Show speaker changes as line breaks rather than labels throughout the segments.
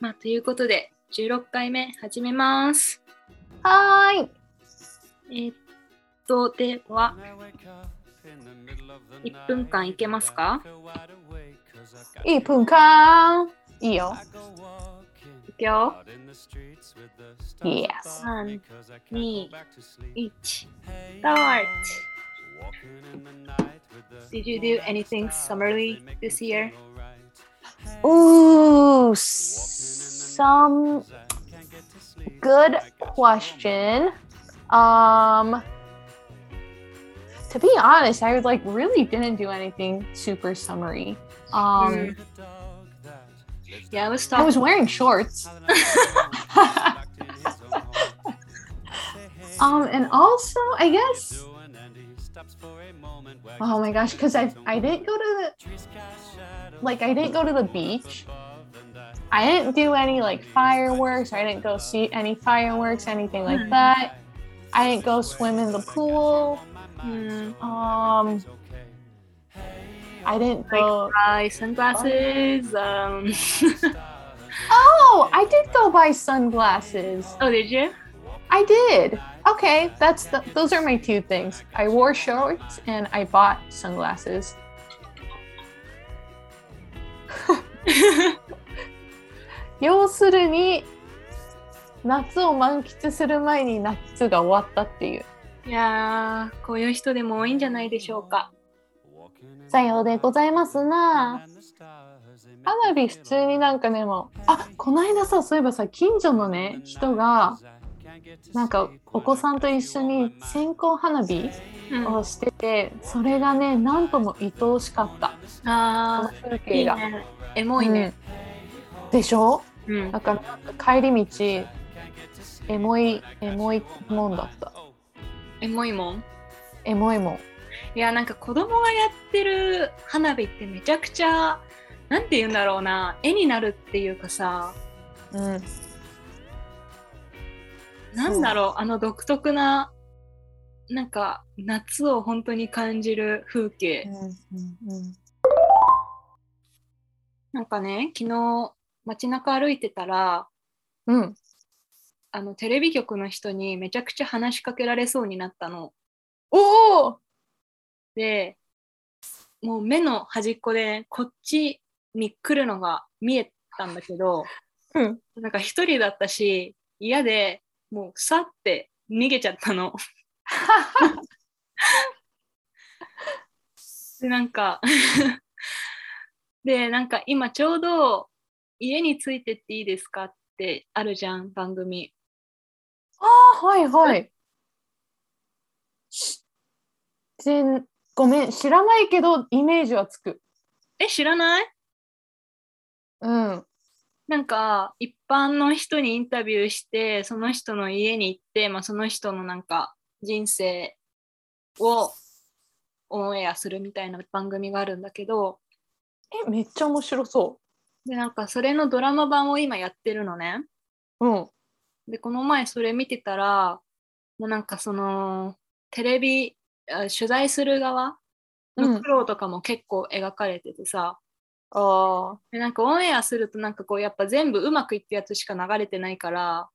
まあ、ということで、16回目始めます。
はーい。
えーっと、では、
1分間いけますか
一分間。いいよ。
いくよ。
Yes.
3、2、1
1、start!
Did you do anything summerly this year?
おー、some good question. Um, to be honest, I like really didn't do anything super summery.
Hmm.
Um,
Yeah, I was
I was
talking.
wearing shorts. Um, and also, I guess. Oh my gosh, because I I didn't go to the like I didn't go to the beach. I didn't do any like fireworks. Or I didn't go see any fireworks, anything like that. I didn't go swim in the pool.
Mm,
Um, I didn't go.
buy sunglasses. Um,
Oh, I did go buy sunglasses.
oh, did you?
I did. Okay, that's the, those are my two things. I wore shorts and I bought sunglasses.要するに夏を満喫する前に夏が終わったっていう。
いやー、こういう人でも多いんじゃないでしょうか。
さようでございますな。花火普通になんかでも、あこの間さ、そういえばさ、近所のね、人が、なんかお子さんと一緒に線香花火
うん、
をしてて、それがね、なんとも愛おしかった。この
あ
風
ー、い
景
い
が。
ね。エモいね。
うんでしょ
うん
だからなんか帰り道エモいエモいもんだった
エモいもん。
エモいもん
いやなんか子供がやってる花火ってめちゃくちゃなんて言うんだろうな絵になるっていうかさ
うん
なんだろうあの独特ななんか夏を本当に感じる風景なんかね昨日街中歩いてたら
うんうん
あのテレビ局の人にめちゃくちゃ話しかけられそうになったの
おお
でもう目の端っこでこっちに来るのが見えたんだけど
うん
なんか一人だったし嫌でもうさって逃げちゃったの。 でなんかでなんか今ちょうど「家についてっていいですか?」ってあるじゃん番組。
あーはいはいし全ごめん知らないけどイメージはつく
え知らない
うん
なんか一般の人にインタビューしてその人の家に行って、まあ、その人のなんか人生をオンエアするみたいな番組があるんだけど
えめっちゃ面白そ
でなんかそれのドラマ版を今やってるのね。
ううん
でこの前それ見てたらもうなんかそのテレビあ取材する側
う
の
ん
苦労とかも結構描かれててさ、
あ
でなんかオンエアするとなんかこうやっぱ全部うまくいったやつしか流れてないから、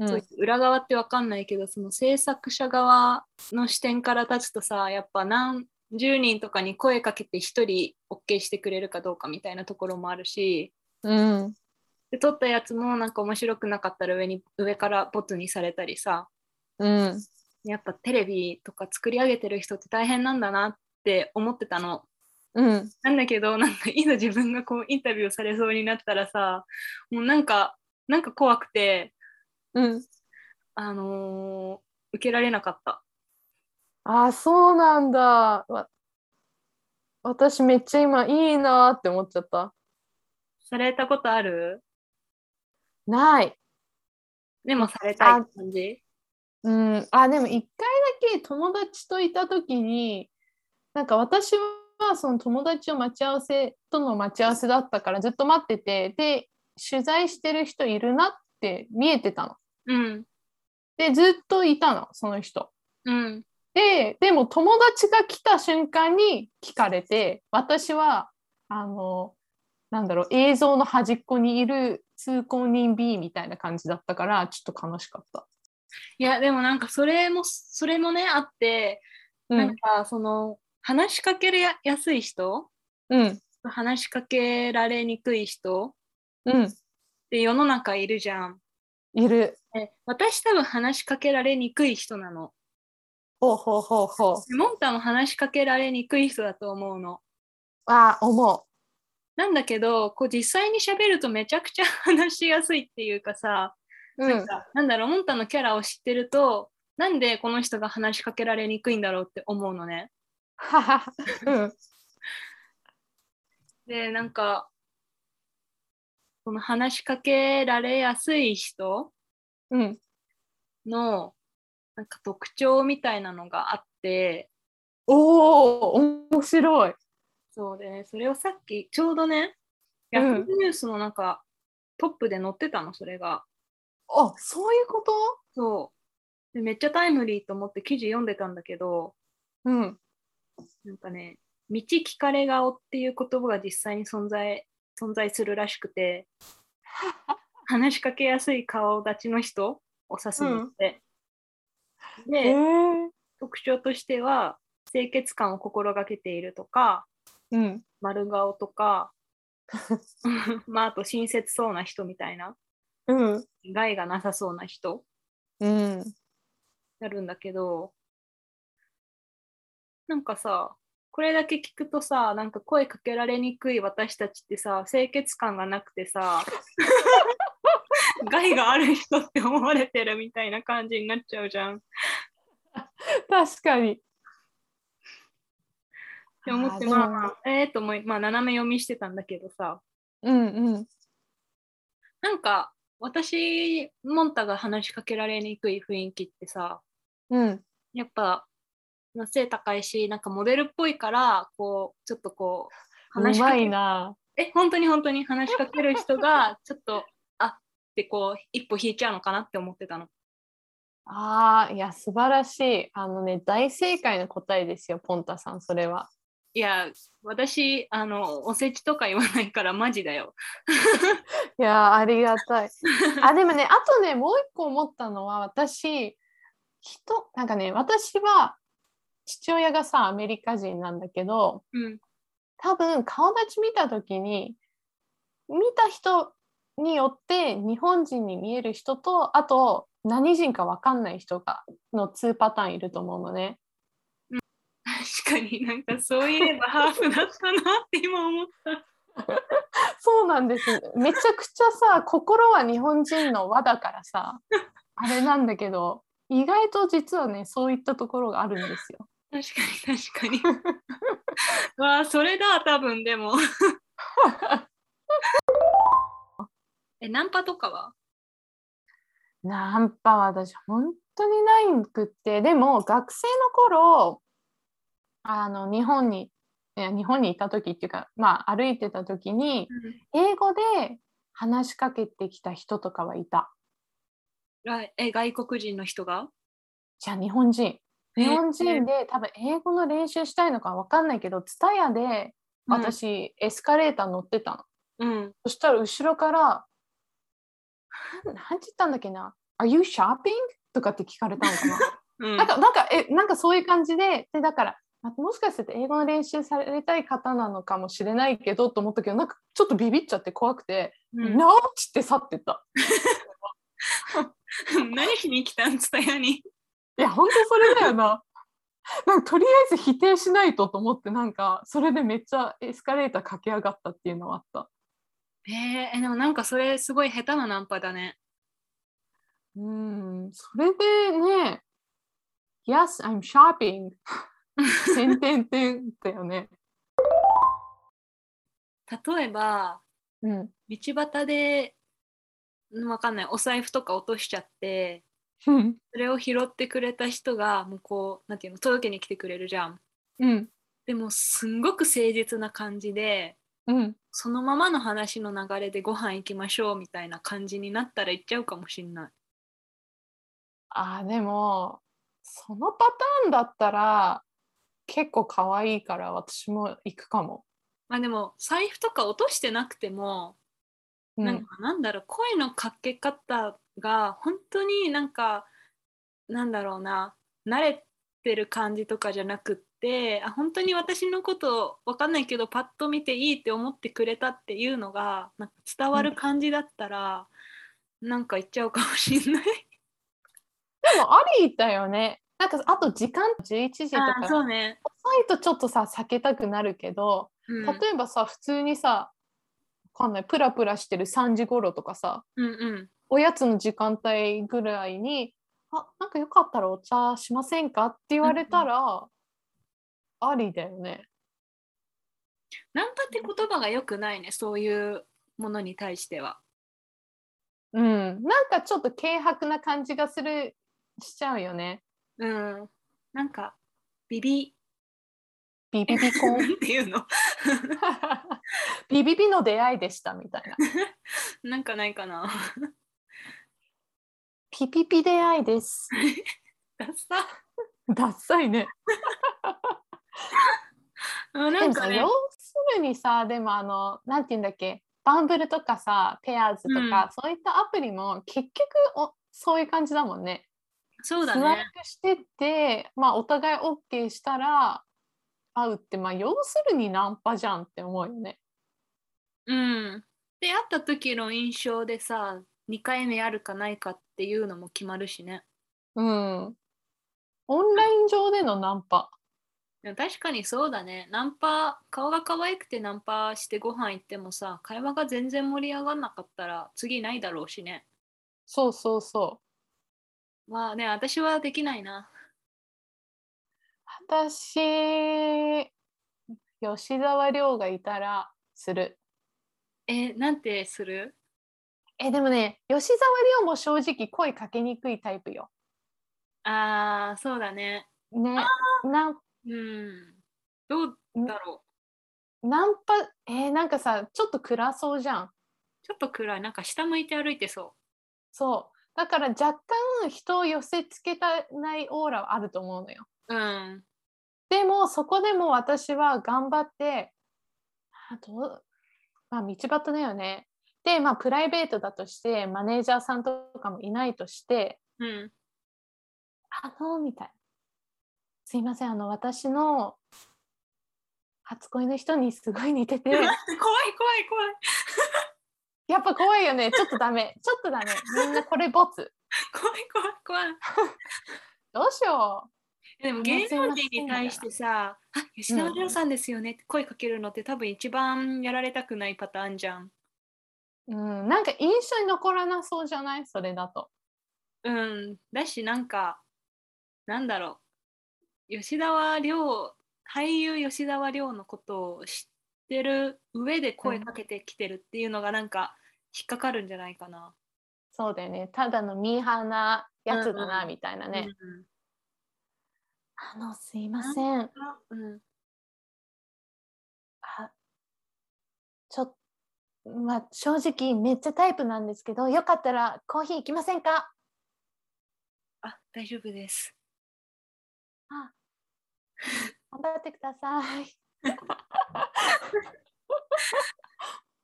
ーう
そうい
ん
う裏側ってわかんないけどその制作者側の視点から立つとさやっぱ何十人とかに声かけて1人 OK してくれるかどうかみたいなところもあるし
うん
で撮ったやつもなんか面白くなかったら上に上からボツにされたりさ
うん
やっぱテレビとか作り上げてる人って大変なんだなって思ってたの。
うん
なんだけどなんかいざ自分がこうインタビューされそうになったらさもうなんかなんか怖くて
うん
あのー受けられなかった。
あ、そうなんだ。わ私めっちゃ今いいなって思っちゃった。
されたことある
ない。
でもされたいって感じ
うん。あ、でも一回だけ友達といた時に、なんか私はその友達を待ち合わせとの待ち合わせだったからずっと待ってて、で、取材してる人いるなって見えてたの。
うん
で、ずっといたの、その人。
うん
で、でも友達が来た瞬間に聞かれて、私は、あの、なんだろう映像の端っこにいる通行人 B みたいな感じだったからちょっと悲しかった。
いやでもなんかそれもそれもねあって、
う
なん
ん、
かその話しかけややすい人
うん、
話しかけられにくい人っ
うん、
て世の中いるじゃん。
いる。
で私多分話しかけられにくい人なの。
ほうほうほうほう。
でモンタも話しかけられにくい人だと思うの。
ああ、思
なんだけどこう実際に喋るとめちゃくちゃ話しやすいっていうかさ、
う。
なんかなんだろうモンタのキャラを知ってるとなんでこの人が話しかけられにくいんだろうって思うのね。
ははは。うん。
でなんかこの話しかけられやすい人
うん。
のなんか特徴みたいなのがあって
おお、面白い。
そうでねそれをさっきちょうどね
う
ヤフ
ん
ーニュースのなんかトップで載ってたのそれが
あ、そういうこと。
そうでめっちゃタイムリーと思って記事読んでたんだけど
うん。
なんかね「道聞かれ顔」っていう言葉が実際に存在存在するらしく て話しかけやすい顔立ちの人を指すのって、で、
えー。
特徴としては清潔感を心がけているとか
うん。
丸顔と かまああと親切そうな人みたいな
うん。
害がなさそうな人
うん。
なるんだけどなんかさこれだけ聞くとさなんか声かけられにくい私たちってさ清潔感がなくて さ害がある人って思われてるみたいな感じになっちゃうじゃん。っ
確かに。って
思ってまあまあえー、と思いまあ斜め読みしてたんだけどさ、
うんうん。
なんか私モンタが話しかけられにくい雰囲気ってさ
うん。
やっぱまあ背高いしなんかモデルっぽいからこうちょっとこう話
う
しか
ま
け
いな。
え本当に本当に話しかける人がちょっとあってこう一歩引いちゃうのかなって思ってたの。
ああ、いや、素晴らしい。あのね、大正解の答えですよ、ポンタさん、それは。
いや私あのおせちとか言わないからマジだよ。
いやーありがたい。あでもねあとねもう一個思ったのは私人なんかね私は父親がさアメリカ人なんだけど
うん
多分顔立ち見た時に見た人によって日本人に見える人とあと何人か分かんない人がの2パターンいると思うのね。
確かになんかそういえばハーフだったなって今思った。
そうなんです。めちゃくちゃさ、心は日本人の和だからさ、あれなんだけど、意外と実はね、そういったところがあるんですよ。
確かに 確かに。わあそれだ多分でも。え、ナンパとかは
ナンパは私、本当にないくって、でも学生の頃、あの、日本に、いや日本にいた時っていうか、まあ歩いてた時に、英語で話しかけてきた人とかはいた。
らえ、外国人の人が
じゃあ日本人。日本人で多分英語の練習したいのかわかんないけど、ツタヤで
うん
私、エスカレーター乗ってたの。
うん。
そしたら後ろから、なんなんて言ったんだっけな、Are you shopping? とかって聞かれたのかな。
うん。
なんか、なんか、え、なんかそういう感じで、で、だから、あもしかして英語の練習されたい方なのかもしれないけどと思ったけど、なんかちょっとビビっちゃって怖くて、
う
なんおっちって去ってった。
何しに来たんつたやに。
いや、本当それだよな。 なんかとりあえず否定しないとと思って、なんか、それでめっちゃエスカレーター駆け上がったっていうのはあった。
えーえ、でもなんかそれすごい下手なナンパだね。
うん、それでね、Yes, I'm shopping. てんてんてんだよね。
例えば、
うん。
道端で、うんわかんない、お財布とか落としちゃって、
うん。
それを拾ってくれた人が、もうこう、なんていうの、届けに来てくれるじゃん。
うん。
でも、すんごく誠実な感じで、
うん。
そのままの話の流れでご飯行きましょうみたいな感じになったら行っちゃうかもしんない。
あー、でも、そのパターンだったら、結構可愛いから私も行くかも。
まあでも財布とか落としてなくても、
うん
なんかなんだろう声のかけ方が本当になんかなんだろうな慣れてる感じとかじゃなくってあ本当に私のことわかんないけどパッと見ていいって思ってくれたっていうのがなんか伝わる感じだったら、なんか言っちゃうかもしんない。
でもありだよね。なんかあと時間11時とか
あそうね、
遅いとちょっとさ避けたくなるけど、
うん、
例えばさ普通にさわかんないプラプラしてる3時頃とかさ
うんうん
おやつの時間帯ぐらいに「あなんかよかったらお茶しませんか?」って言われたら、ありだよね。
なんかって言葉が良くないねそういうものに対しては。
うん、なんかちょっと軽薄な感じがするしちゃうよね。
うん、なんかビビ
ビビビコ
な
ン
んていうの
ビビビの出会いでしたみたいな。
なんかないかな
ピピピ出会いです。
ダッサ
ダッサいね。
あ
で
なん
も
か
さ、
ね
要するにさでもあのなんて言うんだっけバンブルとかさペアーズとか、そういったアプリも結局おそういう感じだもんね。
そうだ
スワイ
ね
プしてって、まあ、お互い OK したら会うって、まあ、要するにナンパじゃんって思うよね。
うんで会った時の印象でさ2回目あるかないかっていうのも決まるしね
うん。オンライン上でのナンパ。
でも確かにそうだねナンパ顔が可愛くてナンパしてご飯行ってもさ会話が全然盛り上がんなかったら次ないだろうしね
そうそうそう。
まあね私はできないな
私、吉沢亮がいたらする。
えなんてする
え、でもね、吉沢亮も正直声かけにくいタイプよ。
あーそうだね
ね、ナン
うんどうだろう
ナンパ、えーなんかさ、ちょっと暗そうじゃん。
ちょっと暗いなんか下向いて歩いてそ
そう。だから若干人を寄せつけたないオーラはあると思うのよ。
ううん
でもそこでも私は頑張って、あどうまあ道端だよね。で、まあプライベートだとして、マネージャーさんとかもいないとして、
うん
あの、みたいな。すいません、あの、私の初恋の人にすごい 似てて、
怖い怖い怖い
やっぱ怖いよね。ちょっとダメ。ちょっとダメ。みんなこれボツ。
怖い怖い怖い
どうしよう。
でも芸能人に対してさ「あ吉田亮さんですよね」って声かけるのって多分一番やられたくないパターンじゃん
うん、なんか印象に残らなそうじゃないそれだと。
うんだしなんかなんだろう吉沢亮俳優吉沢亮のことを知ってる上で声かけてきてるっていうのがなんか引っかかるんじゃないかな、
そうだよね。ただのミーハーなやつだ
う
な、
ん
みたいなね。
うん
あの、すいません。
あうん、
あちょっと、まあ、正直めっちゃタイプなんですけど、よかったらコーヒー行きませんか
あ大丈夫です
頑張ってください。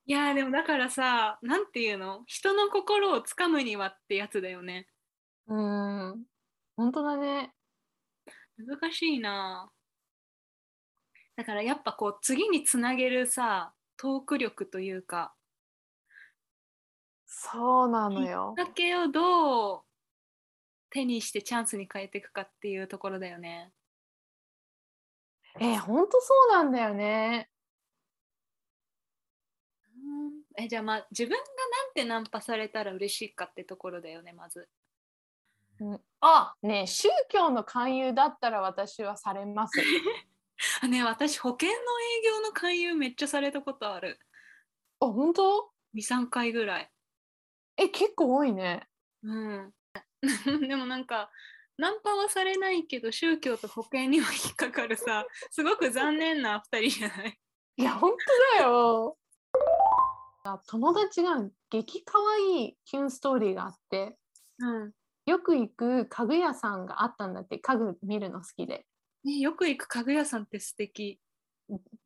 いやーでもだからさなんていうの人の心をつかむにはってやつだよね
うん、本当だね。
難しいなだからやっぱこう次につなげるさトーク力というか
そうなのよ
きっ。かけをどう手にしてチャンスに変えていくかっていうところだよね
え、本当そうなんだよね。
えじゃあまあ自分がなんてナンパされたら嬉しいかってところだよねまず
うん、あ、ねえ宗教の勧誘だったら私はされ ます。
あね私保険の営業の勧誘めっちゃされたことある
あ、本当
23回ぐらい
え、結構多いね。
うん、 でもなんかナンパはされないけど宗教と保険には引っかかる さすごく残念な2人じゃない
いや、本当だよ。あ友達が激可愛いキュンストーリーがあって、
うん
よく行く家具屋さんがあったんだって、家具見るの好きで。
ね、よく行く家具屋さんって素敵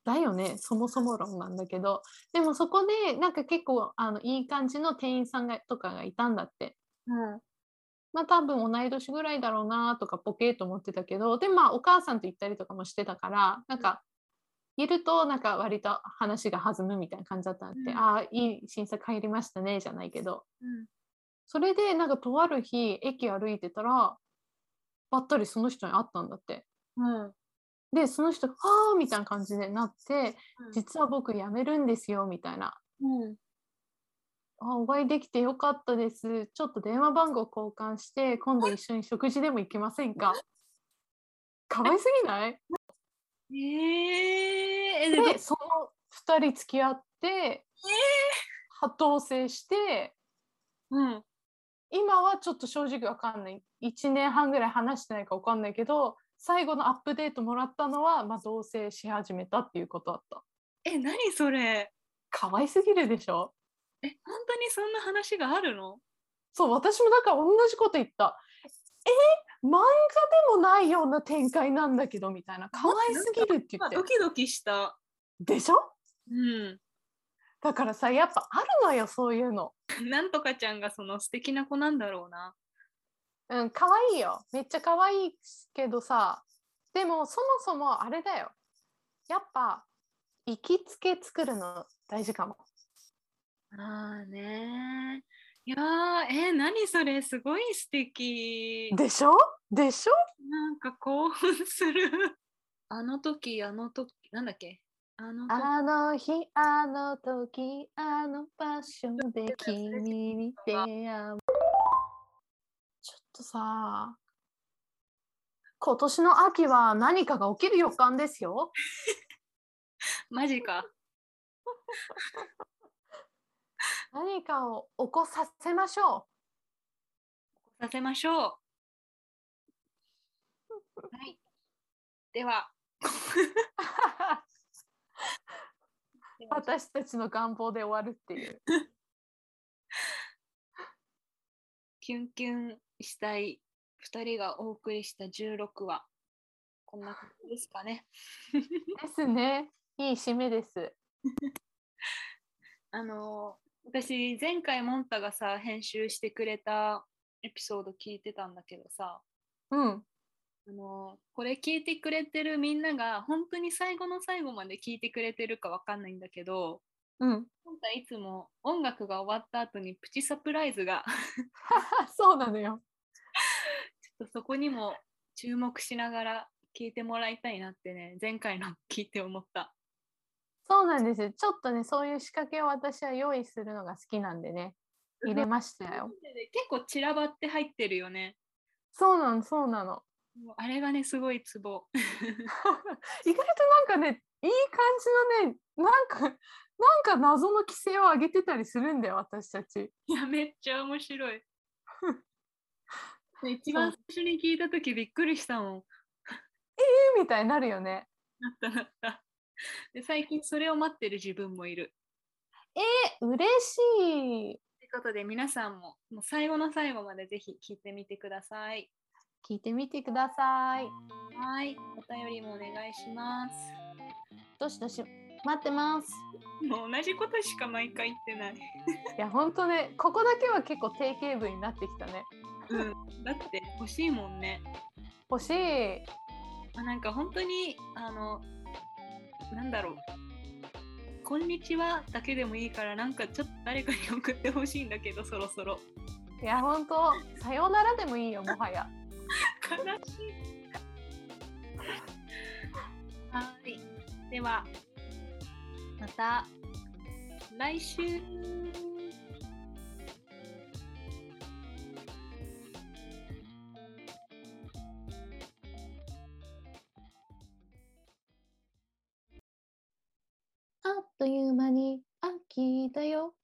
だよねそもそも論なんだけどでもそこでなんか結構あのいい感じの店員さんがとかがいたんだって
うん
まあ多分同い年ぐらいだろうなとかポケーと思ってたけどでまあお母さんと行ったりとかもしてたからなんかいるとなんか割と話が弾むみたいな感じだったんで、
うん
ああいい新作入りましたねじゃないけど
うん
それでなんかとある日駅歩いてたらばったりその人に会ったんだって
うん
でその人が「ああ」みたいな感じになって「実は僕辞めるんですよ」みたいな
うん
あお会いできてよかったです。ちょっと電話番号交換して、今度一緒に食事でも行きませ んかかわいすぎない
ええで
で、その2人付き合って、波動性して、
うん
今はちょっと正直わかんない。1年半ぐらい話してないかわかんないけど、最後のアップデートもらったのは、まあ、同棲し始めたっていうことだった。
え何それ
かわいすぎるでしょ
え本当にそんな話があるの
そう、私もだから同じこと言った。え漫画でもないような展開なんだけどみたいな可愛すぎるって言
ま
っ
あ
て
ドキドキした
でしょ
うん
だからさやっぱあるのよそういうの
なんとかちゃんがその素敵な子なんだろうな
うん可愛いよめっちゃ可愛いけどさでもそもそもあれだよやっぱ行きつけ作るの大事かも
ああねいやーえー何それすごい素敵
でしょでしょ
なんか興奮するあの時あの時なんだっけあの時
あの日あの時あの場所で君に出会うちょっとさ今年の秋は何かが起きる予感ですよ
マジか
何かを起こさせましょ
させましょうはいでは
う私たちの願望で終わるっていう。
キュンキュンしたい2人がお送りした16話こんな感じですかね
ですね。いい締めです。
あのー私前回モンタがさ編集してくれたエピソード聞いてたんだけどさ
うん。
あのーこれ聞いてくれてるみんなが本当に最後の最後まで聞いてくれてるかわかんないんだけど
うん。
モンタいつも音楽が終わった後にプチサプライズが
そうなのよ。
ちょっとそこにも注目しながら聞いてもらいたいなってね前回の聞いて思った
そうなんです。ちょっとね、そういう仕掛けを私は用意するのが好きなんでね。入れましたよ。
結構散らばって入ってるよね
そうなの、そうなの。
もうあれがねすごいツボ
意外となんかね、いい感じのね、なんか、なんか謎の規制を上げてたりするんだよ、私たち。
いやめっちゃ面白い一番最初に聞いた時びっくりしたもん
みたいになるよね。
なったなったで最近それを待ってる自分もいる
え、嬉しい。
ということで皆さんももう最後の最後までぜひ聞いてみてください
聞いてみてください。
はいお便りもお願いします
どしどし、待ってます。
もう同じことしか毎回言ってない
いや本当ねここだけは結構定型文になってきたね
うんだって欲しいもんね
欲しい
まあなんか本当にあのなんだろう「こんにちは」だけでもいいからなんかちょっと誰かに送ってほしいんだけどそろそろ
いや本当さようならでもいいよもはや
悲しいはいではまた来週
あっという間に秋だよ